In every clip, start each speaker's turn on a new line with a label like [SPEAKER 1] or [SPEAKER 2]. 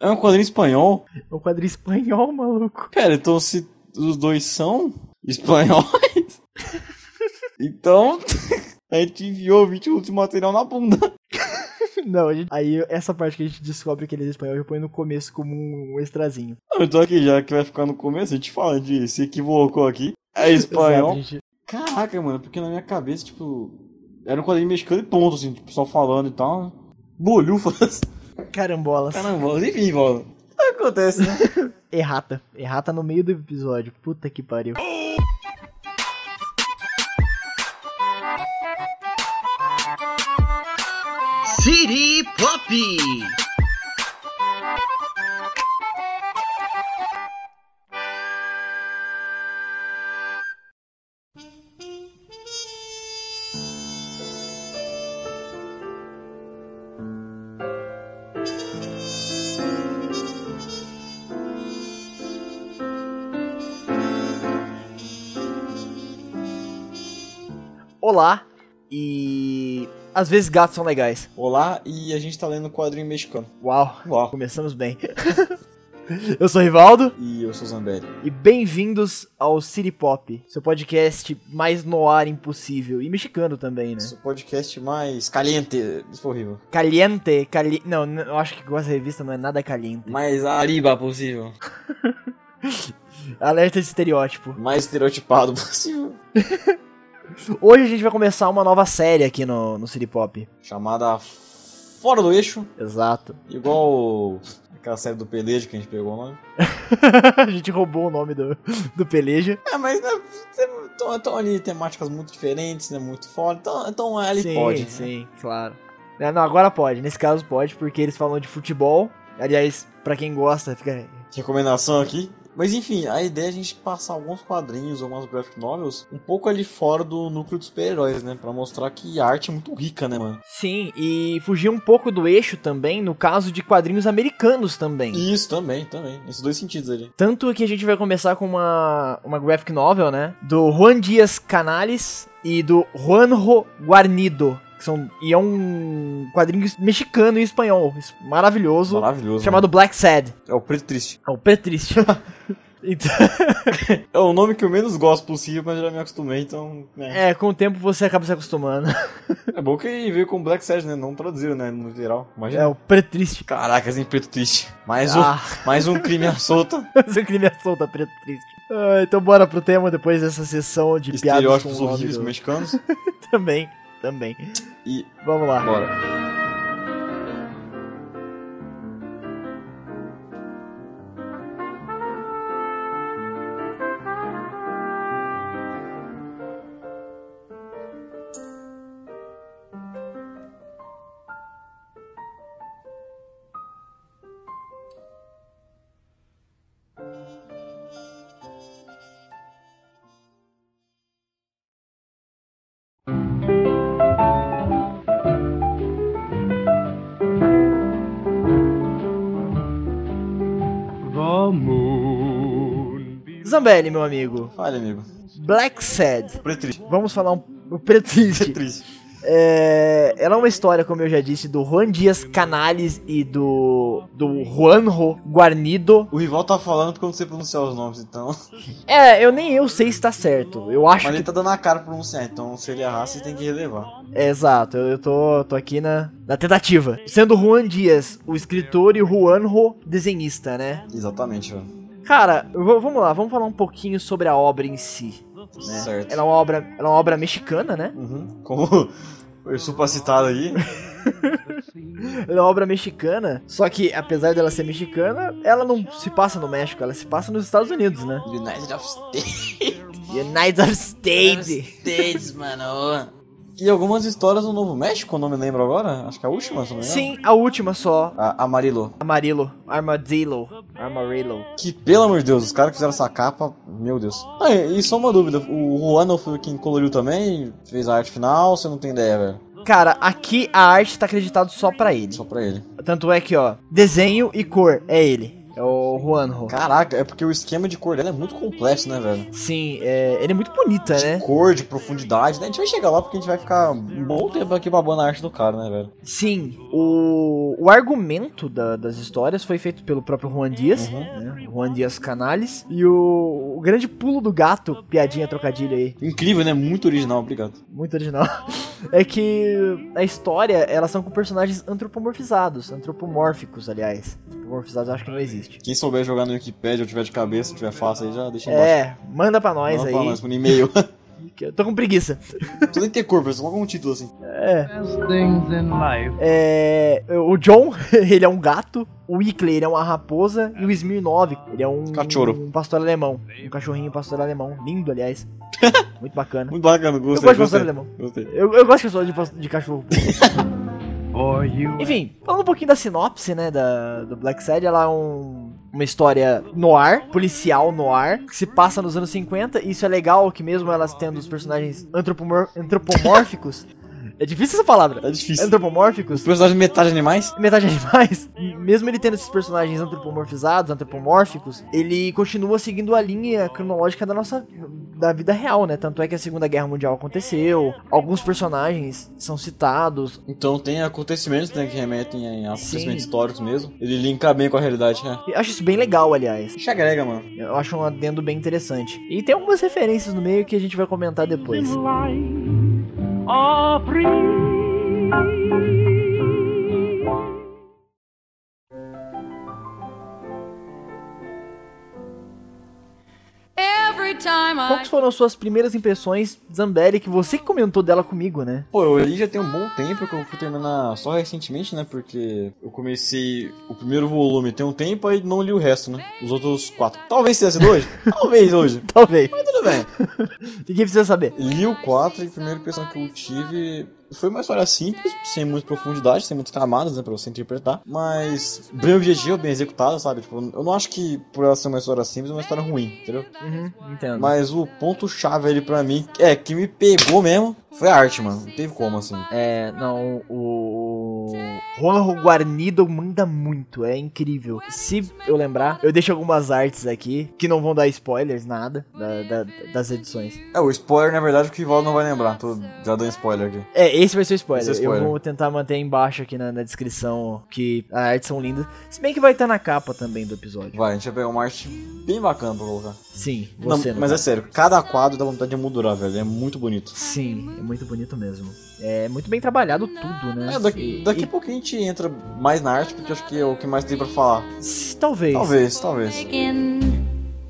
[SPEAKER 1] É um quadrinho espanhol?
[SPEAKER 2] É um quadrinho espanhol, maluco.
[SPEAKER 1] Pera, então se os dois são espanhóis. então. A gente enviou 20 minutos de material na bunda.
[SPEAKER 2] Não, a gente... aí essa parte que a gente descobre que ele é espanhol, eu ponho no começo como um extrazinho.
[SPEAKER 1] Não, Então aqui, já que vai ficar no começo, a gente fala de se equivocou aqui. É espanhol.
[SPEAKER 2] Exato, gente.
[SPEAKER 1] Caraca, mano, porque na minha cabeça, tipo, era um quadrinho mexicano e ponto, assim, tipo, só falando e tal. né? Bolhufas.
[SPEAKER 2] Carambolas.
[SPEAKER 1] Caramba, enfim, mano. Acontece, né?
[SPEAKER 2] Errata. Errata no meio do episódio. Puta que pariu.
[SPEAKER 3] City Pop!
[SPEAKER 2] Olá. E. Às vezes gatos são legais.
[SPEAKER 1] Olá, e a gente tá lendo um quadrinho mexicano.
[SPEAKER 2] Uau.
[SPEAKER 1] Uau.
[SPEAKER 2] Começamos bem. eu sou o Rivaldo.
[SPEAKER 1] E eu sou o Zambelli.
[SPEAKER 2] E bem-vindos ao City Pop. Seu podcast mais noir impossível. E mexicano também, né?
[SPEAKER 1] Esse é o podcast mais caliente. Isso foi horrível.
[SPEAKER 2] Caliente. Cali... Não, n- eu acho que com essa revista não é nada caliente.
[SPEAKER 1] Mais ariba possível.
[SPEAKER 2] Alerta de estereótipo.
[SPEAKER 1] Mais estereotipado possível.
[SPEAKER 2] Hoje a gente vai começar uma nova série aqui no, no City Pop.
[SPEAKER 1] Chamada Fora do Eixo.
[SPEAKER 2] Exato.
[SPEAKER 1] Igual aquela série do Pelejo que a gente pegou o nome.
[SPEAKER 2] a gente roubou o nome do, do Peleja.
[SPEAKER 1] É, mas estão ali temáticas muito diferentes, né? Muito fora. Então, então ali
[SPEAKER 2] sim,
[SPEAKER 1] pode. né?
[SPEAKER 2] Sim, claro. É, não, agora pode. Nesse caso pode, porque eles falam de futebol. Aliás, pra quem gosta, fica.
[SPEAKER 1] Recomendação aqui. Mas enfim, a ideia é a gente passar alguns quadrinhos, algumas graphic novels, um pouco ali fora do núcleo dos super-heróis, né? Pra mostrar que a arte é muito rica, né, mano?
[SPEAKER 2] Sim, e fugir um pouco do eixo também, no caso de quadrinhos americanos também.
[SPEAKER 1] E Isso também, também. Nesses dois sentidos ali.
[SPEAKER 2] Tanto que a gente vai começar com uma, uma graphic novel, né? Do Juan Dias Canales e do Juanjo Guarnido. Que são, e é um quadrinho es- mexicano e espanhol. es- Maravilhoso.
[SPEAKER 1] Maravilhoso.
[SPEAKER 2] chamado Black Sad.
[SPEAKER 1] mano. É o Preto Triste.
[SPEAKER 2] É o pé triste. Então,
[SPEAKER 1] É o nome que eu menos gosto possível, mas já me acostumei, então. Né.
[SPEAKER 2] é, com o tempo você acaba se acostumando.
[SPEAKER 1] É bom que veio com Black Sad, né? Não traduziram, né? No literal. Imagina.
[SPEAKER 2] É o pé triste.
[SPEAKER 1] Caracas, em Preto Triste. Mais um.
[SPEAKER 2] Ah,
[SPEAKER 1] Mais um crime à solta.
[SPEAKER 2] seu crime é solta, preto triste. Ah, então bora pro tema depois dessa sessão de piadas com
[SPEAKER 1] Estereótipos
[SPEAKER 2] o nome
[SPEAKER 1] horríveis
[SPEAKER 2] do-
[SPEAKER 1] mexicanos.
[SPEAKER 2] Também, também.
[SPEAKER 1] E
[SPEAKER 2] Vamos lá.
[SPEAKER 1] bora.
[SPEAKER 2] Zambelli, meu amigo.
[SPEAKER 1] Fale, amigo.
[SPEAKER 2] Black Sad.
[SPEAKER 1] Preto triste.
[SPEAKER 2] Vamos falar um o preto
[SPEAKER 1] Preto
[SPEAKER 2] triste.
[SPEAKER 1] triste.
[SPEAKER 2] É, ela é uma história, como eu já disse, do Juan Dias Canales e do do Juanjo Guarnido.
[SPEAKER 1] O rival tá falando porque eu não sei pronunciar os nomes, então.
[SPEAKER 2] É, eu nem eu sei se tá certo. Eu acho
[SPEAKER 1] Mas ele
[SPEAKER 2] que
[SPEAKER 1] tá dando a cara pra pronunciar, então se ele errar, você tem que relevar.
[SPEAKER 2] é, exato. Eu, eu tô tô aqui na, na tentativa. Sendo Juan Dias o escritor e o Juanjo desenhista, né?
[SPEAKER 1] Exatamente, mano.
[SPEAKER 2] Cara, eu vou- vamos lá, vamos falar um pouquinho sobre a obra em si.
[SPEAKER 1] Certo.
[SPEAKER 2] Ela é uma obra, ela é uma obra mexicana, né?
[SPEAKER 1] Né? Uhum. Como foi supacitado aí,
[SPEAKER 2] Ela é uma obra mexicana, só que apesar dela ser mexicana, ela não se passa no México, ela se passa nos Estados Unidos, né?
[SPEAKER 1] United of States.
[SPEAKER 2] United of States.
[SPEAKER 1] States, mano. E algumas histórias do Novo México, eu não me lembro agora. Acho que é a última, se eu não me engano.
[SPEAKER 2] Sim, a última só.
[SPEAKER 1] A Amarillo.
[SPEAKER 2] Amarelo, armadillo, armarillo.
[SPEAKER 1] Que, pelo amor de Deus, os caras que fizeram essa capa, meu Deus. Ah, e e só uma dúvida, o Juano foi quem coloriu também, fez a arte final, você não tem ideia, velho.
[SPEAKER 2] Cara, aqui a arte tá acreditado só pra ele.
[SPEAKER 1] Só pra ele.
[SPEAKER 2] Tanto é que, ó, desenho e cor é ele. É o o Juanjo.
[SPEAKER 1] Caraca, é porque o esquema de cor dela é muito complexo, né, velho?
[SPEAKER 2] Sim, é, ele é muito bonita,
[SPEAKER 1] De
[SPEAKER 2] né?
[SPEAKER 1] cor, de profundidade, né? A gente vai chegar lá porque a gente vai ficar um bom tempo aqui babando a arte do cara, né, velho?
[SPEAKER 2] Sim, o, o argumento da- das histórias foi feito pelo próprio Juan Dias, né? Juan Dias Canales. E o, o grande pulo do gato, piadinha trocadilho aí,
[SPEAKER 1] Incrível, né? Muito original, obrigado.
[SPEAKER 2] muito original, é que a história, elas são com personagens antropomorfizados, antropomórficos, aliás. Antropomorfizados eu acho que não existe.
[SPEAKER 1] Quem souber jogar no Wikipedia ou tiver de cabeça, tiver fácil aí, já deixa embaixo.
[SPEAKER 2] É, manda pra nós
[SPEAKER 1] Manda
[SPEAKER 2] aí,
[SPEAKER 1] pra nós com e-mail.
[SPEAKER 2] que eu tô com preguiça.
[SPEAKER 1] Tudo tem que ter cor, pessoal. Coloca um título assim.
[SPEAKER 3] Best things in life.
[SPEAKER 2] É, o John, ele é um gato, o Wickley, ele é uma raposa, e o Smirnov, ele é um,
[SPEAKER 1] Cachorro.
[SPEAKER 2] um pastor alemão. Um cachorrinho pastor alemão, lindo, aliás. Muito bacana.
[SPEAKER 1] Muito bacana,
[SPEAKER 2] Eu
[SPEAKER 1] gostei.
[SPEAKER 2] gosto de pastor
[SPEAKER 1] gostei,
[SPEAKER 2] alemão.
[SPEAKER 1] gostei.
[SPEAKER 2] Eu, eu gosto de pessoas de, pas- de cachorro.
[SPEAKER 3] Or you.
[SPEAKER 2] Enfim, falando um pouquinho da sinopse, né, da, do Black Sad, ela é um- uma história no ar, policial no ar, que se passa nos anos 50, e isso é legal, que mesmo elas tendo os personagens antropomor- antropomórficos, é difícil essa palavra,
[SPEAKER 1] É difícil.
[SPEAKER 2] antropomórficos,
[SPEAKER 1] Os personagens metade animais?
[SPEAKER 2] metade animais, mesmo ele tendo esses personagens antropomorfizados, antropomórficos, ele continua seguindo a linha cronológica da nossa da vida real, né? Tanto é que a Segunda Guerra Mundial aconteceu, alguns personagens são citados.
[SPEAKER 1] Então tem acontecimentos né, que remetem a acontecimentos
[SPEAKER 2] Sim.
[SPEAKER 1] históricos mesmo. Ele linka bem com a realidade, né?
[SPEAKER 2] Eu acho isso bem legal, aliás.
[SPEAKER 1] Isso agrega, mano.
[SPEAKER 2] Eu acho um adendo bem interessante. E tem algumas referências no meio que a gente vai comentar depois.
[SPEAKER 4] Every time I
[SPEAKER 2] Quais foram as suas primeiras impressões, Zambelli, que você que comentou dela comigo, né?
[SPEAKER 1] Pô, eu li já tem um bom tempo que eu fui terminar só recentemente, né? Porque eu comecei o primeiro volume tem um tempo aí não li o resto, né? Os outros quatro. Talvez tenha sido hoje? Talvez hoje.
[SPEAKER 2] Talvez.
[SPEAKER 1] Tudo bem.
[SPEAKER 2] Ninguém precisa saber.
[SPEAKER 1] Li o 4 e a primeira impressão que eu tive foi uma história simples, sem muita profundidade, sem muitas camadas, né, pra você interpretar, mas bem objetiva, bem executada, sabe? Tipo, eu não acho que por ela ser uma história simples é uma história ruim, entendeu?
[SPEAKER 2] Uhum, entendo.
[SPEAKER 1] Mas o ponto-chave ali pra mim, é, que me pegou mesmo, foi a arte, mano. Não teve como, assim.
[SPEAKER 2] É, não, o. o Juanjo Guarnido manda muito, é incrível. Se eu lembrar, eu deixo algumas artes aqui, que não vão dar spoilers, nada, da- da- das edições.
[SPEAKER 1] É, o spoiler, na verdade, o que Rivaldo não vai lembrar. Tô já dando spoiler aqui.
[SPEAKER 2] É, esse vai ser o spoiler.
[SPEAKER 1] Esse é o spoiler.
[SPEAKER 2] Eu vou tentar manter embaixo aqui na, na descrição, que as artes são lindas. Se bem que vai estar na capa também do episódio.
[SPEAKER 1] Vai, a gente vai pegar uma arte bem bacana pra colocar.
[SPEAKER 2] Sim,
[SPEAKER 1] Não,
[SPEAKER 2] você não.
[SPEAKER 1] mas
[SPEAKER 2] vai.
[SPEAKER 1] é sério, cada quadro dá vontade de emoldurar, velho. É muito bonito.
[SPEAKER 2] Sim, é muito bonito mesmo. É muito bem trabalhado tudo, né?
[SPEAKER 1] É, daqui,
[SPEAKER 2] E-
[SPEAKER 1] daqui
[SPEAKER 2] e-
[SPEAKER 1] a pouco a gente entra mais na arte, porque acho que é o que mais tem pra falar.
[SPEAKER 2] se- talvez.
[SPEAKER 1] Talvez, talvez.
[SPEAKER 4] chicken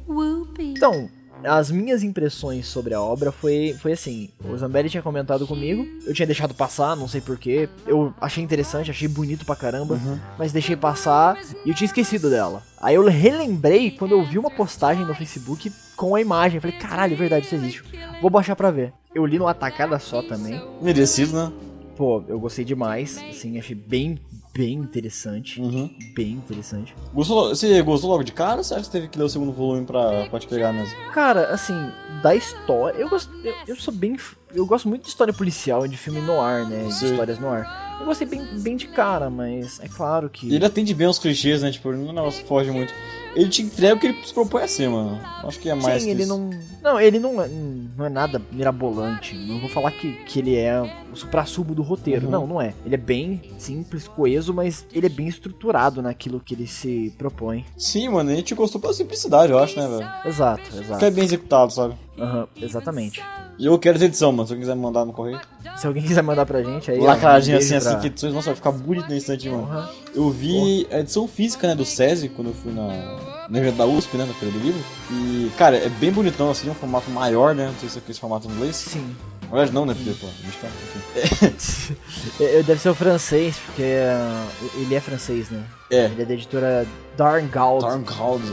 [SPEAKER 4] whoopee.
[SPEAKER 2] Então, as minhas impressões sobre a obra foi, foi assim: o Zambelli tinha comentado comigo, eu tinha deixado passar, não sei porquê. Eu achei interessante, achei bonito pra caramba, mas deixei passar e eu tinha esquecido dela. Aí eu relembrei quando eu vi uma postagem no Facebook com a imagem. Falei, caralho, é verdade, isso existe. Vou baixar pra ver. Eu li numa tacada só também.
[SPEAKER 1] Merecido, né?
[SPEAKER 2] Pô, eu gostei demais. Assim, achei bem, bem interessante.
[SPEAKER 1] Uhum.
[SPEAKER 2] Bem interessante.
[SPEAKER 1] Gostou, você gostou logo de cara ou você acha que teve que ler o segundo volume pra, pra te pegar mesmo?
[SPEAKER 2] Cara, assim, da história. Eu gosto. Eu, eu sou bem. f- Eu gosto muito de história policial e de filme no ar, né? De
[SPEAKER 1] Sim.
[SPEAKER 2] histórias no ar. Eu gostei bem, bem de cara, mas é claro
[SPEAKER 1] E
[SPEAKER 2] que.
[SPEAKER 1] ele atende bem aos clichês, né? Tipo, ele não é um negócio que foge muito. Ele te entrega o que ele se propõe a ser, mano. Acho que é mais.
[SPEAKER 2] Sim,
[SPEAKER 1] que
[SPEAKER 2] ele
[SPEAKER 1] isso.
[SPEAKER 2] não. Não, ele não é, não é nada mirabolante. Não vou falar que, que ele é o supra-sumo do roteiro.
[SPEAKER 1] Uhum.
[SPEAKER 2] Não, não é. Ele é bem simples, coeso, mas ele é bem estruturado naquilo que ele se propõe.
[SPEAKER 1] Sim, mano, a gente gostou pela simplicidade, eu acho, né, velho?
[SPEAKER 2] Exato,
[SPEAKER 1] Porque é
[SPEAKER 2] exato.
[SPEAKER 1] bem executado, sabe?
[SPEAKER 2] Aham, exatamente.
[SPEAKER 1] E eu quero essa edição, mano. Se eu quiser mandar no correio.
[SPEAKER 2] Se alguém quiser mandar pra gente aí. ó,
[SPEAKER 1] Lacradinho
[SPEAKER 2] um
[SPEAKER 1] assim,
[SPEAKER 2] beijo pra-
[SPEAKER 1] assim, que edições. Nossa, vai ficar bonito no instante, mano.
[SPEAKER 2] Porra.
[SPEAKER 1] Eu vi a edição física, né, do SESI, quando eu fui na, no evento da USP, né, na Feira do Livro. E, cara, é bem bonitão, assim, um formato maior, né, não sei se é aquele formato em inglês.
[SPEAKER 2] Sim.
[SPEAKER 1] Na verdade, não, né, porque, pô, mexicano, enfim.
[SPEAKER 2] Eu- eu deve ser o francês, porque ah, ele é francês, né?
[SPEAKER 1] É,
[SPEAKER 2] Ele é da editora Darn Gold.
[SPEAKER 1] Tarngold.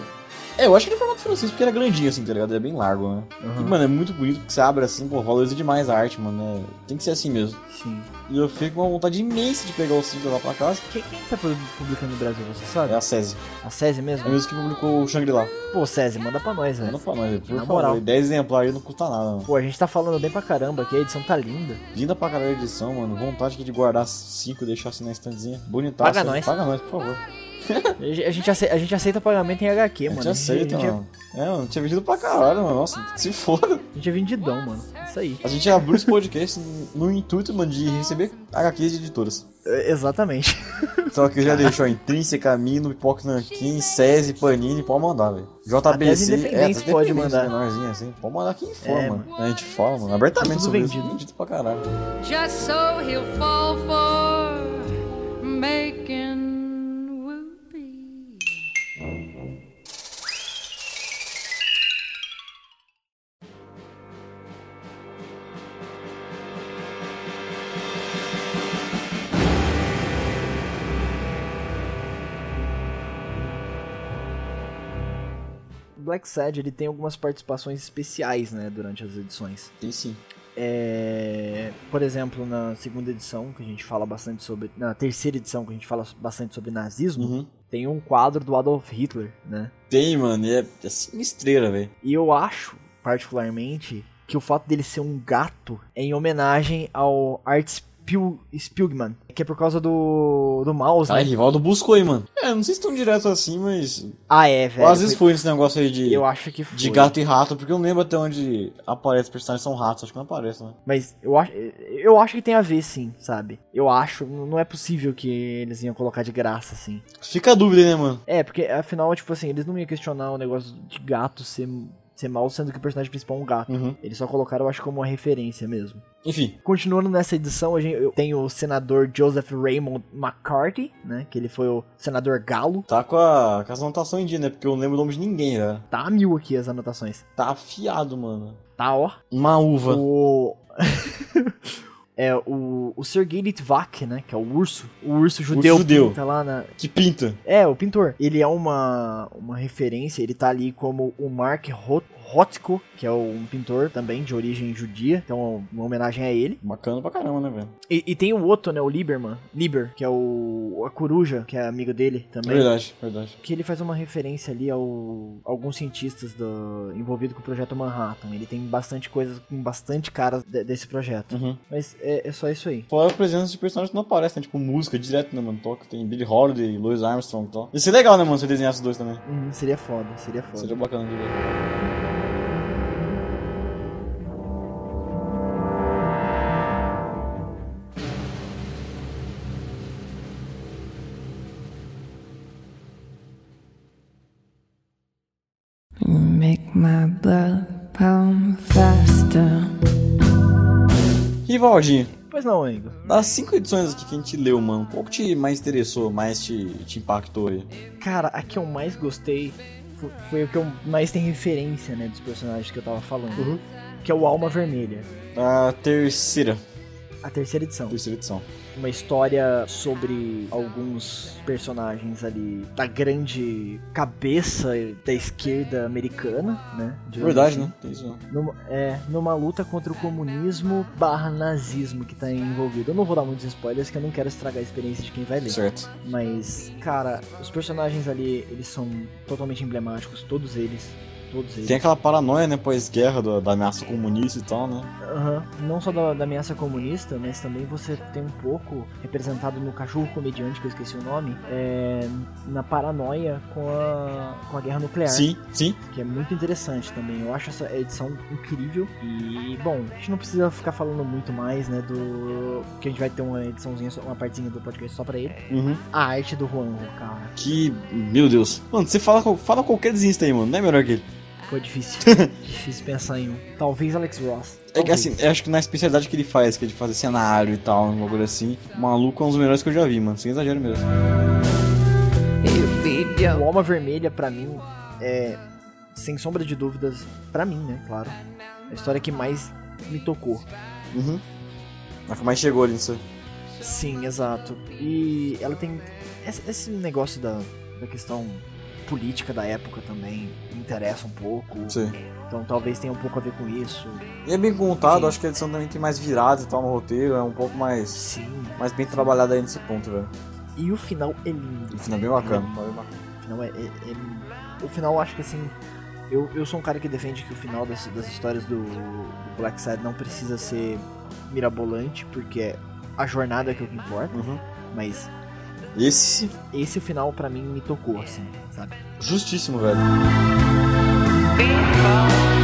[SPEAKER 1] É, eu acho que ele é formato francês, porque ele é grandinho, assim, tá ligado? Ele é bem largo, né. E, mano, é muito bonito, porque você abre assim, pô, valoriza demais a arte, mano, é, tem que ser assim mesmo.
[SPEAKER 2] Sim.
[SPEAKER 1] E eu fico com uma vontade imensa de pegar o single lá pra casa.
[SPEAKER 2] Quem, quem tá pu- publicando no Brasil, você
[SPEAKER 1] É
[SPEAKER 2] sabe?
[SPEAKER 1] a SESI,
[SPEAKER 2] A SESI
[SPEAKER 1] é
[SPEAKER 2] mesmo?
[SPEAKER 1] mesmo que publicou o Shangri-La.
[SPEAKER 2] Pô, SESI, manda pra nós,
[SPEAKER 1] Manda
[SPEAKER 2] velho.
[SPEAKER 1] pra nós, por
[SPEAKER 2] É. Na
[SPEAKER 1] favor,
[SPEAKER 2] moral.
[SPEAKER 1] 10 exemplares aí não custa nada, mano.
[SPEAKER 2] Pô, a gente tá falando bem pra caramba aqui, a edição tá linda.
[SPEAKER 1] Linda pra caralho a edição, mano. Vontade aqui de guardar cinco e deixar assim na estantezinha. Bonitaço.
[SPEAKER 2] Paga
[SPEAKER 1] né?
[SPEAKER 2] nós.
[SPEAKER 1] Paga nós, por favor.
[SPEAKER 2] A gente- a gente, ace- a gente aceita pagamento em HQ,
[SPEAKER 1] A
[SPEAKER 2] mano.
[SPEAKER 1] gente aceita,
[SPEAKER 2] a gente,
[SPEAKER 1] mano. É, mano, tinha vendido pra caralho, mano. Nossa, se foda.
[SPEAKER 2] é- a gente é vendidão, mano. Isso aí.
[SPEAKER 1] A gente abriu esse podcast no intuito, mano, de receber HQs de editoras.
[SPEAKER 2] É, Exatamente.
[SPEAKER 1] Só que já deixou a Intrínseca, Mino, Pipoca Nanquim, SESI, Panini, pode mandar, velho.
[SPEAKER 2] Até as
[SPEAKER 1] JBC,
[SPEAKER 2] independentes
[SPEAKER 1] é, essas
[SPEAKER 2] pode
[SPEAKER 1] independentes
[SPEAKER 2] mandar.
[SPEAKER 1] menorzinhas, assim, pode mandar quem for,
[SPEAKER 2] É,
[SPEAKER 1] mano. A gente fala, mano, abertamente
[SPEAKER 2] Tudo
[SPEAKER 1] sobre isso.
[SPEAKER 2] vendido.
[SPEAKER 1] Vendido pra caralho.
[SPEAKER 4] Just so he'll fall for making whoopee.
[SPEAKER 2] O Black Sad, ele tem algumas participações especiais, né, durante as edições.
[SPEAKER 1] Tem sim.
[SPEAKER 2] É, por exemplo, na segunda edição, que a gente fala bastante sobre... Na terceira edição, que a gente fala bastante sobre nazismo,
[SPEAKER 1] Uhum.
[SPEAKER 2] tem um quadro do Adolf Hitler, né?
[SPEAKER 1] Tem, mano, e é, é sinistreira, velho.
[SPEAKER 2] E eu acho, particularmente, que o fato dele ser um gato é em homenagem ao Art Spiel- Spielman, que é por causa do, do mouse,
[SPEAKER 1] Caralho,
[SPEAKER 2] né?
[SPEAKER 1] Rivaldo buscou aí, mano. É, não sei se tão direto assim, mas.
[SPEAKER 2] Ah, é, velho.
[SPEAKER 1] Às vezes foi nesse negócio aí de,
[SPEAKER 2] Eu acho que foi.
[SPEAKER 1] de gato e rato, porque eu não lembro até onde aparece os personagens são ratos, acho que não aparece, né?
[SPEAKER 2] Mas eu acho, eu acho que tem a ver, sim, sabe? Eu acho, n- não é possível que eles iam colocar de graça, assim.
[SPEAKER 1] Fica a dúvida, né, mano?
[SPEAKER 2] É, porque afinal, tipo assim, eles não iam questionar o negócio de gato ser, ser mal, sendo que o personagem principal é um gato.
[SPEAKER 1] Uhum.
[SPEAKER 2] Eles só colocaram, eu acho, como uma referência mesmo.
[SPEAKER 1] Enfim,
[SPEAKER 2] Continuando nessa edição, a gente, eu tenho o senador Joseph Raymond McCarthy, né? Que ele foi o senador galo.
[SPEAKER 1] tá com, a, com as anotações em dia, né? Porque eu não lembro o nome de ninguém, né? velho.
[SPEAKER 2] Tá a mil aqui as anotações.
[SPEAKER 1] Tá afiado, mano.
[SPEAKER 2] Tá, ó.
[SPEAKER 1] Uma uva.
[SPEAKER 2] O... é, o, o Sergei Litvak, né? Que é o urso. O urso judeu.
[SPEAKER 1] judeu.
[SPEAKER 2] Tá lá na...
[SPEAKER 1] Que pinta.
[SPEAKER 2] É, o pintor. Ele é uma, uma referência, ele tá ali como o Mark Hot Rothko, que é um pintor também de origem judia, então uma homenagem a ele.
[SPEAKER 1] Bacana pra caramba, né, velho?
[SPEAKER 2] E, e tem o outro, né, o Lieberman, Lieber, que é o a coruja, que é amigo dele também.
[SPEAKER 1] Verdade, verdade.
[SPEAKER 2] que ele faz uma referência ali ao alguns cientistas do, envolvido com o projeto Manhattan. Ele tem bastante coisas com bastante caras de- desse projeto.
[SPEAKER 1] Uhum.
[SPEAKER 2] Mas é, é só isso aí.
[SPEAKER 1] Fora a presença de personagens que não aparecem, né? Tipo, música direto, né, mano? Toca, tem Billy Holiday, Louis Armstrong e tal. Ia ser legal, né, mano, se eu desenhasse os dois também.
[SPEAKER 2] Hum, seria foda, seria foda.
[SPEAKER 1] Seria bacana de ver.
[SPEAKER 5] You make my blood pound faster.
[SPEAKER 1] Rivaldinho,
[SPEAKER 2] Pois não, amigo.
[SPEAKER 1] das cinco edições aqui que a gente leu, mano, qual que te mais interessou, mais te, te impactou aí?
[SPEAKER 2] Cara, a que eu mais gostei fo- foi o que eu mais tem referência, né, dos personagens que eu tava falando.
[SPEAKER 1] Uhum.
[SPEAKER 2] Que é o Alma Vermelha,
[SPEAKER 1] A terceira.
[SPEAKER 2] a terceira edição.
[SPEAKER 1] Terceira edição.
[SPEAKER 2] Uma história sobre alguns personagens ali da grande cabeça da esquerda americana, né? digamos
[SPEAKER 1] Verdade,
[SPEAKER 2] assim.
[SPEAKER 1] né? Tem isso, né?
[SPEAKER 2] Numa, é, numa luta contra o comunismo barra nazismo que tá envolvido. Eu não vou dar muitos spoilers que eu não quero estragar a experiência de quem vai ler.
[SPEAKER 1] Certo.
[SPEAKER 2] Mas, cara, os personagens ali, eles são totalmente emblemáticos, todos eles. Todos eles.
[SPEAKER 1] Tem aquela paranoia, né, pós-guerra da, da ameaça comunista e tal, né?
[SPEAKER 2] Aham. Não só da, da ameaça comunista, mas também você tem um pouco representado no cachorro comediante, que eu esqueci o nome, é, na paranoia com a, com a guerra nuclear.
[SPEAKER 1] Sim, sim.
[SPEAKER 2] que é muito interessante também. Eu acho essa edição incrível. E, bom, a gente não precisa ficar falando muito mais, né? Do. Que a gente vai ter uma ediçãozinha, só- uma partezinha do podcast só pra ele.
[SPEAKER 1] Uhum.
[SPEAKER 2] A arte do Juanjo, cara.
[SPEAKER 1] Que. Meu Deus. Mano, você fala, qual- fala qualquer desenhista aí, mano. Não é melhor que ele.
[SPEAKER 2] Foi difícil. difícil pensar em um. Talvez Alex Ross.
[SPEAKER 1] É que
[SPEAKER 2] Talvez.
[SPEAKER 1] assim, eu acho que na especialidade que ele faz, que é de fazer cenário e tal, um bagulho assim, o maluco é um dos melhores que eu já vi, mano. Sem exagero mesmo.
[SPEAKER 5] If we
[SPEAKER 2] O Alma Vermelha, pra mim, é. Sem sombra de dúvidas, pra mim, né? Claro. A história que mais me tocou.
[SPEAKER 1] Uhum. Mas que mais chegou ali nisso.
[SPEAKER 2] Sim, exato. E ela tem esse esse negócio da, da questão política da época também me interessa um pouco.
[SPEAKER 1] Sim.
[SPEAKER 2] Então talvez tenha um pouco a ver com isso.
[SPEAKER 1] E é bem contado,
[SPEAKER 2] Sim.
[SPEAKER 1] acho que a edição também tem mais viradas e tal no roteiro, é um pouco mais,
[SPEAKER 2] Sim.
[SPEAKER 1] mais bem trabalhada aí nesse ponto, velho.
[SPEAKER 2] E o final é lindo.
[SPEAKER 1] O final é bem bacana.
[SPEAKER 2] É O final é, é- é- O final eu acho que assim. Eu, eu sou um cara que defende que o final das, das histórias do, do Black Side não precisa ser mirabolante, porque a jornada é que é o que importa,
[SPEAKER 1] Uhum.
[SPEAKER 2] mas
[SPEAKER 1] Esse,
[SPEAKER 2] Esse final pra mim me tocou, assim, sabe?
[SPEAKER 1] justíssimo, velho.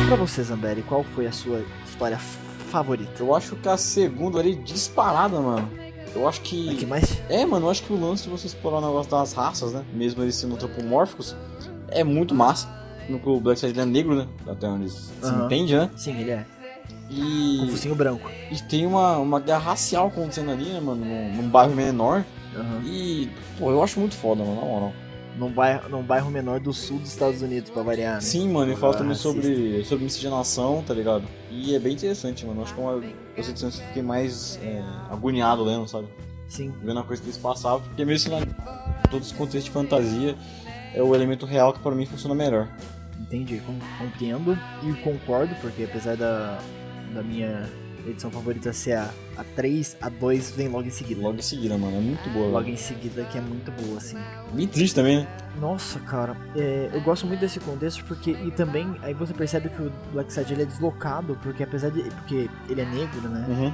[SPEAKER 2] Pra você, Zambelli, qual foi a sua história favorita?
[SPEAKER 1] Eu acho que a segunda ali disparada, mano. Eu acho
[SPEAKER 2] A que
[SPEAKER 1] que.
[SPEAKER 2] mais?
[SPEAKER 1] É, mano, eu acho que o lance de você explorar o negócio das raças, né? Mesmo eles sendo antropomórficos, é muito massa. No que o Black Sabbath ele é negro, né? Até onde se
[SPEAKER 2] Aham.
[SPEAKER 1] entende, né?
[SPEAKER 2] Sim, ele é. Com
[SPEAKER 1] E,
[SPEAKER 2] focinho branco.
[SPEAKER 1] e tem uma, uma guerra racial acontecendo ali, né, mano? Num, num bairro menor.
[SPEAKER 2] Aham.
[SPEAKER 1] E, pô, eu acho muito foda, mano, na moral.
[SPEAKER 2] Num, bairro, num bairro menor do sul dos Estados Unidos, pra variar, né?
[SPEAKER 1] Sim, mano, e fala
[SPEAKER 2] Ah,
[SPEAKER 1] também
[SPEAKER 2] racista.
[SPEAKER 1] sobre, sobre miscigenação, tá ligado? E é bem interessante, mano. Acho que é uma das edições que eu fiquei mais é, agoniado lendo, sabe?
[SPEAKER 2] Sim.
[SPEAKER 1] Vendo a coisa que eles passavam, porque mesmo assim, na- todos os contextos de fantasia, é o elemento real que pra mim funciona melhor.
[SPEAKER 2] Entendi. com- compreendo e concordo, porque apesar da, da minha edição favorita ser a, a 3, a 2 vem logo em
[SPEAKER 1] E
[SPEAKER 2] seguida.
[SPEAKER 1] logo em seguida, mano, é muito boa.
[SPEAKER 2] Logo
[SPEAKER 1] Logo
[SPEAKER 2] em seguida, que é muito boa, assim.
[SPEAKER 1] Bem triste também, né?
[SPEAKER 2] Nossa, cara, é, eu gosto muito desse contexto porque e também aí você percebe que o Black Side ele é deslocado porque apesar de porque ele é negro, né?
[SPEAKER 1] Uhum.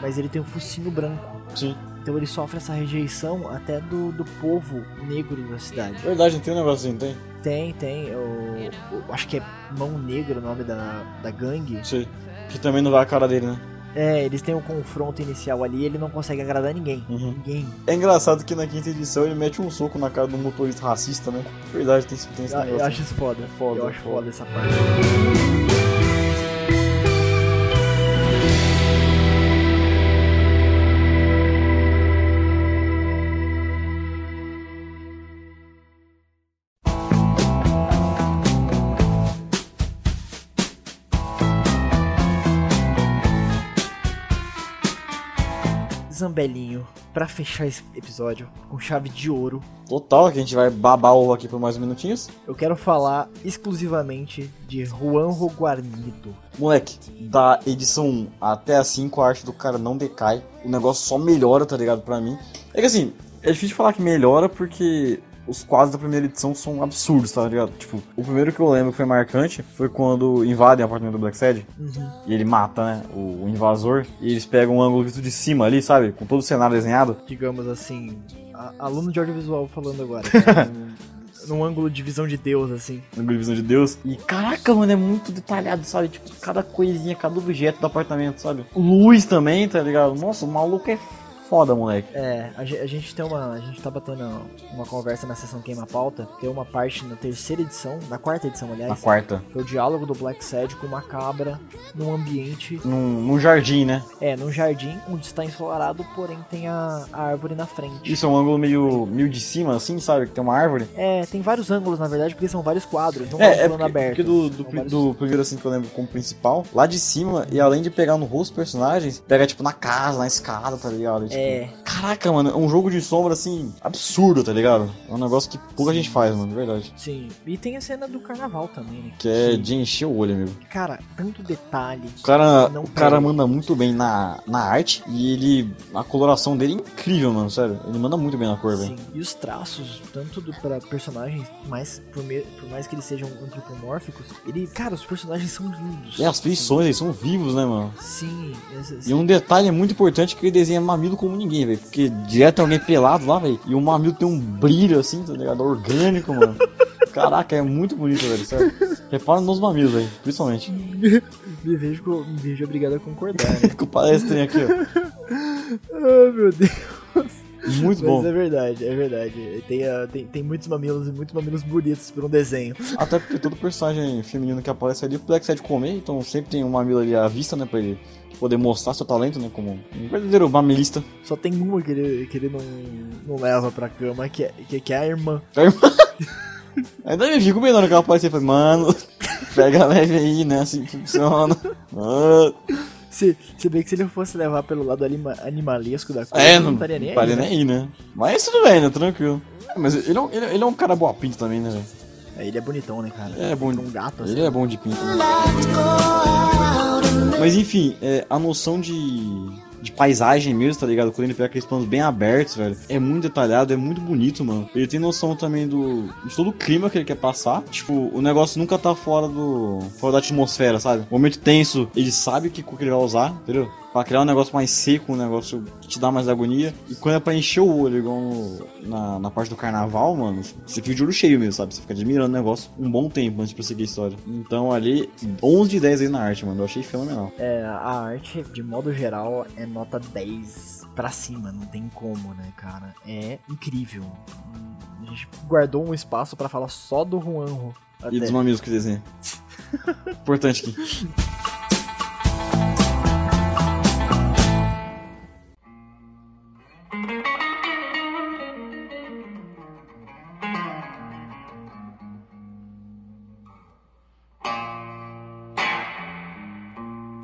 [SPEAKER 2] Mas ele tem um focinho branco,
[SPEAKER 1] Sim.
[SPEAKER 2] então ele sofre essa rejeição até do, do povo negro da cidade.
[SPEAKER 1] Verdade, não tem um negócio assim, tem?
[SPEAKER 2] Tem, tem, eu, eu acho que é Mão Negra o nome da, da gangue.
[SPEAKER 1] Sei. Que também não vai a cara dele, né?
[SPEAKER 2] É, eles têm um confronto inicial ali, ele não consegue agradar ninguém.
[SPEAKER 1] Uhum.
[SPEAKER 2] Ninguém.
[SPEAKER 1] É engraçado que na quinta edição ele mete um soco na cara do motorista racista, né? Verdade, tem, esse- tem esse
[SPEAKER 2] Ah, Eu, eu
[SPEAKER 1] negócio. é
[SPEAKER 2] acho isso foda.
[SPEAKER 1] Foda,
[SPEAKER 2] eu acho foda,
[SPEAKER 1] foda.
[SPEAKER 2] essa parte. Zambelinho, pra fechar esse episódio com chave de ouro,
[SPEAKER 1] Total, que a gente vai babar o ovo aqui por mais uns minutinhos.
[SPEAKER 2] eu quero falar exclusivamente de Juanjo Guarnido.
[SPEAKER 1] Moleque, da edição 1 até a 5, a arte do cara não decai. O negócio só melhora, tá ligado? Pra mim. É que assim, é difícil falar que melhora porque os quadros da primeira edição são absurdos, tá ligado? Tipo, o primeiro que eu lembro que foi marcante foi quando invadem o apartamento do Black Sad e ele mata, né? O, o invasor. E eles pegam um ângulo visto de cima ali, sabe? Com todo o cenário desenhado.
[SPEAKER 2] Digamos assim, a- aluno de audiovisual falando agora. né? Num- Num ângulo de visão de Deus, assim.
[SPEAKER 1] um ângulo de visão de Deus. E caraca, mano, é muito detalhado, sabe? Tipo, cada coisinha, cada objeto do apartamento, sabe? Luz também, tá ligado? Nossa, o maluco é foda, moleque.
[SPEAKER 2] É, a, ge- a gente tem uma. A gente tá batendo uma conversa na sessão Queima-Pauta. Tem uma parte na terceira edição, na quarta edição,
[SPEAKER 1] Na
[SPEAKER 2] aliás.
[SPEAKER 1] quarta.
[SPEAKER 2] que é o diálogo do Black Sad com uma cabra num ambiente.
[SPEAKER 1] Num, num jardim, né?
[SPEAKER 2] É, num jardim onde está ensolarado, porém tem a, a árvore na frente.
[SPEAKER 1] Isso é um ângulo meio, meio de cima, assim, sabe? Que tem uma árvore.
[SPEAKER 2] É, tem vários ângulos, na verdade, porque são vários quadros, não um
[SPEAKER 1] É, é
[SPEAKER 2] plano
[SPEAKER 1] porque,
[SPEAKER 2] aberto.
[SPEAKER 1] porque do, do,
[SPEAKER 2] são
[SPEAKER 1] pri-
[SPEAKER 2] vários-
[SPEAKER 1] do primeiro assim que eu lembro como principal, lá de cima, e além de pegar no rosto dos personagens, pega tipo na casa, na escada, tá ligado? E, tipo,
[SPEAKER 2] É.
[SPEAKER 1] Caraca, mano, é um jogo de sombra assim, absurdo, tá ligado? É um negócio que pouca gente faz, mano, de verdade.
[SPEAKER 2] Sim. E tem a cena do carnaval também, né?
[SPEAKER 1] Que é de encher o olho, amigo.
[SPEAKER 2] Cara, tanto detalhe.
[SPEAKER 1] O cara,
[SPEAKER 2] Não
[SPEAKER 1] o cara
[SPEAKER 2] tem.
[SPEAKER 1] manda muito bem na, na arte e ele. A coloração dele é incrível, mano, sério. Ele manda muito bem na cor,
[SPEAKER 2] Sim,
[SPEAKER 1] velho.
[SPEAKER 2] assim, e os traços, tanto do, pra personagens, mas por, me- por mais que eles sejam antropomórficos, ele, cara, os personagens são lindos.
[SPEAKER 1] E É, as feições, eles são vivos, né, mano?
[SPEAKER 2] Sim, esse- esse-
[SPEAKER 1] E um detalhe muito importante é que ele desenha mamilo como ninguém, velho. Porque direto tem alguém pelado lá, velho. E o mamilo tem um brilho assim, tá ligado? Orgânico, mano. Caraca, é muito bonito, velho, sério. Repara nos mamilos, velho, principalmente.
[SPEAKER 2] me, vejo, co- me vejo obrigado a concordar. né?
[SPEAKER 1] Com o palestrinho aqui, ó.
[SPEAKER 2] Ah, meu Deus.
[SPEAKER 1] Muito
[SPEAKER 2] Mas
[SPEAKER 1] bom.
[SPEAKER 2] é verdade, é verdade. Tem, ah, tem, tem muitos mamilos e muitos mamilos bonitos por um desenho.
[SPEAKER 1] Até porque todo personagem feminino que aparece ali, o Black Side comer, então sempre tem um mamilo ali à vista, né? Pra ele poder mostrar seu talento, né? Como um verdadeiro mamilista.
[SPEAKER 2] Só tem uma que ele, que ele não, não leva pra cama, que é, que, que é a irmã.
[SPEAKER 1] Ainda me fico bem na hora que ela aparece e falei, mano, pega leve aí, né? Assim que funciona. Mano.
[SPEAKER 2] Se, se bem que se ele fosse levar pelo lado anima- animalesco da coisa,
[SPEAKER 1] É,
[SPEAKER 2] ele
[SPEAKER 1] não
[SPEAKER 2] estaria nem aí,
[SPEAKER 1] estaria
[SPEAKER 2] né?
[SPEAKER 1] nem aí, né? Mas tudo bem, né? Tranquilo. É, mas ele é, um, ele, é- ele é um cara boa pinta também, né, velho?
[SPEAKER 2] É, ele é bonitão, né, cara?
[SPEAKER 1] É, bom de
[SPEAKER 2] Um gato, assim.
[SPEAKER 1] Ele é bom de pinta. Mas enfim, é, a noção de. De paisagem mesmo, tá ligado? Quando ele pega aqueles planos bem abertos, velho. É muito detalhado, é muito bonito, mano. Ele tem noção também do. de todo o clima que ele quer passar. Tipo, o negócio nunca tá fora do. fora da atmosfera, sabe? Momento tenso, ele sabe que cor que ele vai usar, entendeu? Pra criar um negócio mais seco, um negócio que te dá mais agonia. E quando é pra encher o olho, igual no- na, na parte do carnaval, mano, você fica de olho cheio mesmo, sabe? Você fica admirando o negócio um bom tempo antes de prosseguir a história. Então ali, 11 de 10 aí na arte, mano. Eu achei fenomenal.
[SPEAKER 2] É, a arte, de modo geral, é nota 10 pra cima, não tem como, né, cara? É incrível. Hum, A gente guardou um espaço pra falar só do Juanjo.
[SPEAKER 1] E dos
[SPEAKER 2] Até.
[SPEAKER 1] mamilos que desenha. Importante aqui.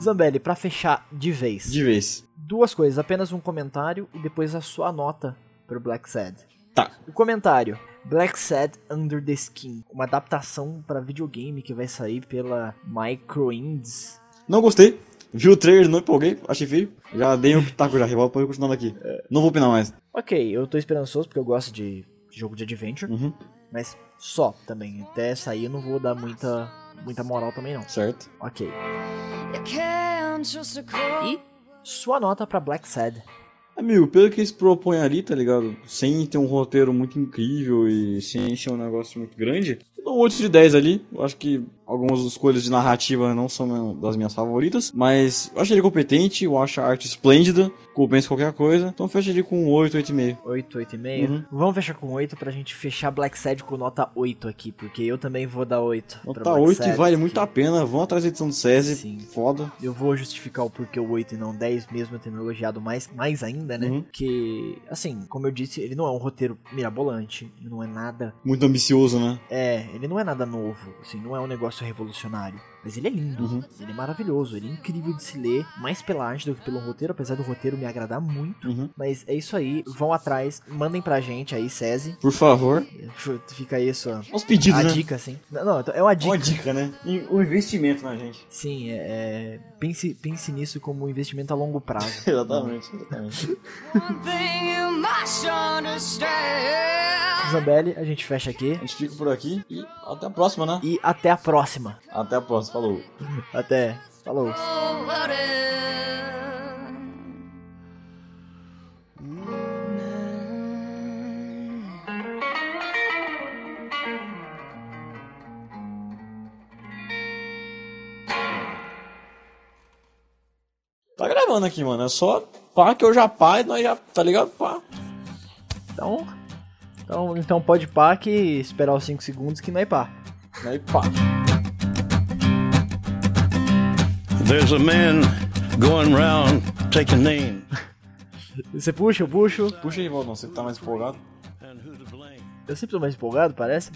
[SPEAKER 2] Zambelli, pra fechar de vez.
[SPEAKER 1] De vez.
[SPEAKER 2] Duas coisas, apenas um comentário e depois a sua nota pro Black Sad.
[SPEAKER 1] Tá.
[SPEAKER 2] O comentário. Black Sad Under the Skin, uma adaptação pra videogame que vai sair pela Microinds.
[SPEAKER 1] Não gostei. Vi o trailer, não empolguei. Achei feio. Já dei um pitaco já. Revolta pra eu continuar daqui.
[SPEAKER 2] É.
[SPEAKER 1] Não vou opinar mais.
[SPEAKER 2] Ok, eu tô esperançoso porque eu gosto de jogo de adventure.
[SPEAKER 1] Uhum.
[SPEAKER 2] Mas só também. Até sair eu não vou dar muita, muita moral também, não.
[SPEAKER 1] Certo.
[SPEAKER 2] Ok.
[SPEAKER 4] You can't just
[SPEAKER 2] E sua nota pra Black Sad.
[SPEAKER 1] Amigo, pelo que eles propõem ali, tá ligado? Sem ter um roteiro muito incrível e sem ser um negócio muito grande, eu dou um 8 de 10 ali. Eu acho que algumas escolhas de narrativa não são das minhas favoritas, mas eu acho ele competente, eu acho a arte esplêndida, compensa qualquer coisa. Então fecha ele com 8, 8,5.
[SPEAKER 2] 8, 8,5.
[SPEAKER 1] Uhum.
[SPEAKER 2] Vamos fechar com 8 pra gente fechar Black Sad com nota 8 aqui, porque eu também vou dar 8. pra
[SPEAKER 1] Nota
[SPEAKER 2] Black
[SPEAKER 1] 8 Então tá, e
[SPEAKER 2] Sad,
[SPEAKER 1] vale
[SPEAKER 2] que
[SPEAKER 1] muito a pena. Vão atrás da edição do SESI.
[SPEAKER 2] Sim.
[SPEAKER 1] Foda.
[SPEAKER 2] Eu vou justificar o porquê o 8 e não 10, mesmo eu tendo elogiado mais, mais ainda, né?
[SPEAKER 1] Uhum.
[SPEAKER 2] Que, assim, como eu disse, ele não é um roteiro mirabolante, ele não é nada.
[SPEAKER 1] Muito ambicioso, né?
[SPEAKER 2] É, ele não é nada novo, assim, não é um negócio revolucionário. Mas ele é lindo,
[SPEAKER 1] Uhum.
[SPEAKER 2] ele é maravilhoso, ele é incrível de se ler, mais pela arte do que pelo roteiro, apesar do roteiro me agradar muito.
[SPEAKER 1] Uhum.
[SPEAKER 2] Mas é isso aí, vão atrás, mandem pra gente aí, SESI.
[SPEAKER 1] Por favor.
[SPEAKER 2] Fica aí a sua.
[SPEAKER 1] Os pedidos,
[SPEAKER 2] A
[SPEAKER 1] né?
[SPEAKER 2] dica, assim. Não, não, é uma dica.
[SPEAKER 1] Uma dica, né? E o investimento na gente.
[SPEAKER 2] Sim, é, é, pense, pense nisso como um investimento a longo prazo.
[SPEAKER 1] Exatamente, exatamente.
[SPEAKER 4] one thing you must understand.
[SPEAKER 2] Zambelli, a gente fecha aqui.
[SPEAKER 1] A gente fica por aqui e até a próxima, né?
[SPEAKER 2] E até a próxima.
[SPEAKER 1] Até a próxima. Falou.
[SPEAKER 2] Até. Falou.
[SPEAKER 4] Oh, what if?
[SPEAKER 1] Tá gravando aqui, mano. É só pá que eu já pá e nós já. Tá ligado? Pá.
[SPEAKER 2] Então, então, então pode pá que esperar os 5 segundos que não é pá.
[SPEAKER 1] Aí pá.
[SPEAKER 6] There's a man going round taking names.
[SPEAKER 2] Você puxa, eu puxo.
[SPEAKER 1] Puxa aí, Valdão. Você que tá mais empolgado.
[SPEAKER 6] And who to blame?
[SPEAKER 2] Eu sempre tô mais empolgado, parece.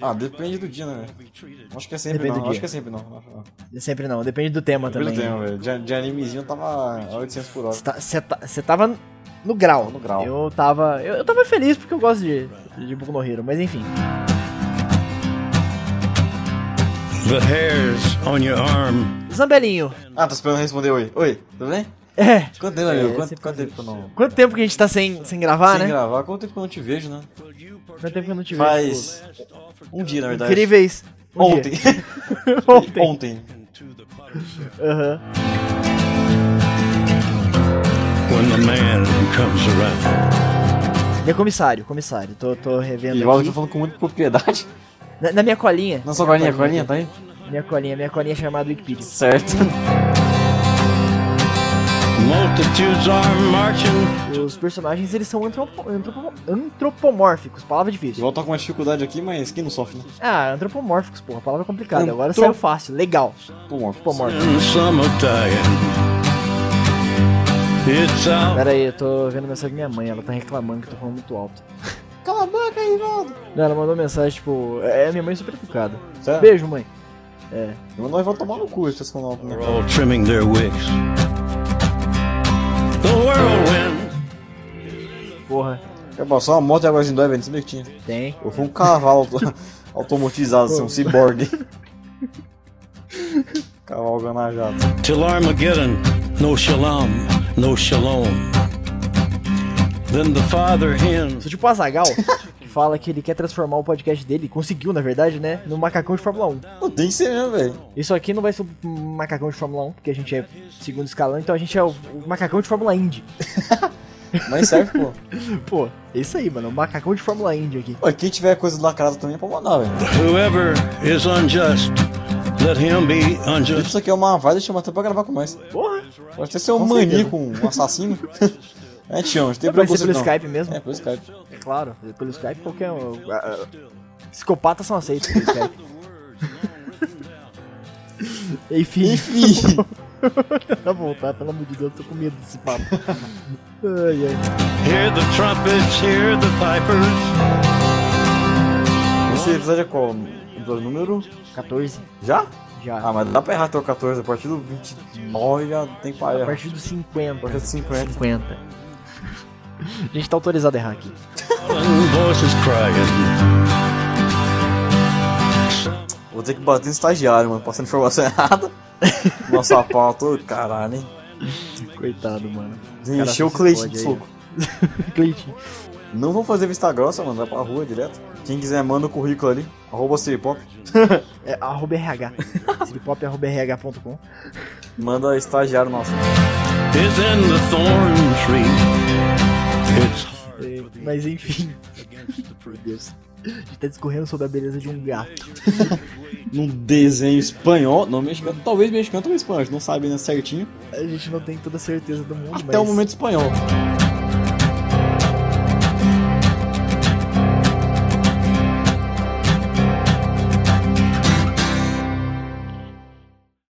[SPEAKER 1] Ah, depende do dia, né?
[SPEAKER 6] Won't be treated.
[SPEAKER 1] Acho que é sempre
[SPEAKER 2] Depende do
[SPEAKER 1] não. Acho
[SPEAKER 2] dia.
[SPEAKER 1] que é sempre não. Acho que não.
[SPEAKER 2] Sempre não, depende do tema
[SPEAKER 1] Depende do
[SPEAKER 2] também.
[SPEAKER 1] tempo, velho. De, de animezinho tava a 800 por hora.
[SPEAKER 2] Você tá- Você tá- você tava no grau.
[SPEAKER 1] No grau.
[SPEAKER 2] Eu tava. Eu, eu tava feliz porque eu gosto de, de Boku no Hero, mas enfim.
[SPEAKER 6] The hairs on your arm.
[SPEAKER 2] Zambelinho.
[SPEAKER 1] Ah, tô esperando responder oi. Oi, tudo bem?
[SPEAKER 2] É.
[SPEAKER 1] Quanto tempo,
[SPEAKER 2] É,
[SPEAKER 1] amigo? Quanto,
[SPEAKER 2] sempre
[SPEAKER 1] quanto tempo que eu não.
[SPEAKER 2] Quanto tempo que a gente tá sem, sem gravar,
[SPEAKER 1] sem
[SPEAKER 2] né?
[SPEAKER 1] gravar? Quanto tempo que eu não te vejo, né?
[SPEAKER 2] Quanto tempo que eu não te vejo?
[SPEAKER 1] Faz. Um dia, na
[SPEAKER 2] pô?
[SPEAKER 1] verdade.
[SPEAKER 2] Incríveis. Um
[SPEAKER 1] Ontem.
[SPEAKER 2] dia. Ontem.
[SPEAKER 1] Ontem.
[SPEAKER 6] Into the potter's shop.
[SPEAKER 2] Aham.
[SPEAKER 6] When the man comes around.
[SPEAKER 2] Ele é comissário, comissário. Tô, tô revendo
[SPEAKER 1] E o Valdão
[SPEAKER 2] aqui.
[SPEAKER 1] tá falando com muita propriedade.
[SPEAKER 2] Na, na minha colinha.
[SPEAKER 1] Não, só colinha, colinha, tá aí?
[SPEAKER 2] Minha colinha, minha colinha é chamada Wikipedia.
[SPEAKER 1] Certo.
[SPEAKER 6] Multitudes are marching.
[SPEAKER 2] Os personagens, eles são antropo- antropo- antropomórficos, palavra
[SPEAKER 1] De
[SPEAKER 2] difícil.
[SPEAKER 1] volta com uma dificuldade aqui, mas quem não sofre, né?
[SPEAKER 2] Ah, antropomórficos, porra, palavra complicada. Agora
[SPEAKER 1] Antro-
[SPEAKER 2] saiu fácil, legal.
[SPEAKER 1] Pô, morto.
[SPEAKER 2] Antropomórfico.
[SPEAKER 6] And some are dying. It's out.
[SPEAKER 2] Pera aí, eu tô vendo a mensagem da minha mãe, ela tá reclamando que eu tô falando muito alto.
[SPEAKER 1] Cala a boca aí, Valdo.
[SPEAKER 2] Não, ela mandou mensagem, tipo, é minha mãe é super educada.
[SPEAKER 1] Sério?
[SPEAKER 2] Beijo, mãe.
[SPEAKER 1] Nós vamos tomar no cu, se vocês falam
[SPEAKER 6] They're
[SPEAKER 1] algo.
[SPEAKER 6] all trimming their wicks. The whirlwind.
[SPEAKER 2] Porra,
[SPEAKER 1] Quer passar uma moto e agora em dois eventos, sabia que tinha?
[SPEAKER 2] tem.
[SPEAKER 1] Eu fui um cavalo auto- automatizado, assim, um ciborgue. Cavalgando a jato.
[SPEAKER 6] Till Armageddon, no shalom, no shalom. Then the father hen
[SPEAKER 2] Sou tipo o Azagal, que fala que ele quer transformar o podcast dele, conseguiu na verdade, né? No macacão de Fórmula 1.
[SPEAKER 1] Não tem que ser mesmo, velho.
[SPEAKER 2] Isso aqui não vai ser o macacão de Fórmula 1, porque a gente é segundo escalão, então a gente é o o macacão de Fórmula Indy.
[SPEAKER 1] Mas serve, pô.
[SPEAKER 2] Pô, é isso aí, mano. O macacão de Fórmula Indy aqui.
[SPEAKER 1] Pô, quem tiver coisa lacrada também é pra mandar, velho.
[SPEAKER 6] Whoever is unjust, let him be unjust.
[SPEAKER 1] Isso aqui é uma vibe, deixa eu até pra gravar com nós.
[SPEAKER 2] Porra!
[SPEAKER 1] Pode até ser um
[SPEAKER 2] Com
[SPEAKER 1] maníaco, um assassino. A gente chama, a gente tem
[SPEAKER 2] Dá pra ser
[SPEAKER 1] preconceito
[SPEAKER 2] pelo
[SPEAKER 1] não.
[SPEAKER 2] Skype mesmo?
[SPEAKER 1] É, pelo Skype.
[SPEAKER 2] É claro, pelo Skype qualquer um. ah, ah, Psicopatas são aceitos pelo Skype. Enfim,
[SPEAKER 1] Enfim,
[SPEAKER 2] pra voltar, tá pelo amor de Deus, tô com medo desse papo. Ai, ai.
[SPEAKER 6] Hear the trumpets, hear the pipers.
[SPEAKER 1] esse episódio é qual? Episódio número...
[SPEAKER 2] 14,
[SPEAKER 1] Já?
[SPEAKER 2] já.
[SPEAKER 1] Ah, mas dá pra errar até o 14, a partir do 29 já tem que
[SPEAKER 2] A
[SPEAKER 1] errar.
[SPEAKER 2] partir dos 50.
[SPEAKER 1] A partir do 50.
[SPEAKER 2] 50. A gente tá autorizado a errar aqui.
[SPEAKER 6] Voices crying.
[SPEAKER 1] Vou ter que bater no estagiário, mano, passando informação errada. Nossa pauta, ô, caralho, hein.
[SPEAKER 2] Coitado, mano.
[SPEAKER 1] Encheu o
[SPEAKER 2] se
[SPEAKER 1] Cleiton
[SPEAKER 2] fode
[SPEAKER 1] de
[SPEAKER 2] aí,
[SPEAKER 1] soco.
[SPEAKER 2] Cleitinho.
[SPEAKER 1] Não vou fazer vista grossa, mano, vai pra rua direto. Quem quiser, manda o currículo ali. Arroba Cipop.
[SPEAKER 2] É arroba RH. Slipop é arroba RH.com.
[SPEAKER 1] Manda estagiário nosso.
[SPEAKER 6] Is in the thorn tree. It's
[SPEAKER 2] É, Mas enfim. Meu Deus. A gente tá discorrendo sobre a beleza de um gato.
[SPEAKER 1] Num desenho espanhol, não mexicano, talvez mexicano, talvez espanhol, a gente não sabe ainda né, certinho.
[SPEAKER 2] A gente não tem toda a certeza do mundo, Ah, mas.
[SPEAKER 1] Até o momento espanhol.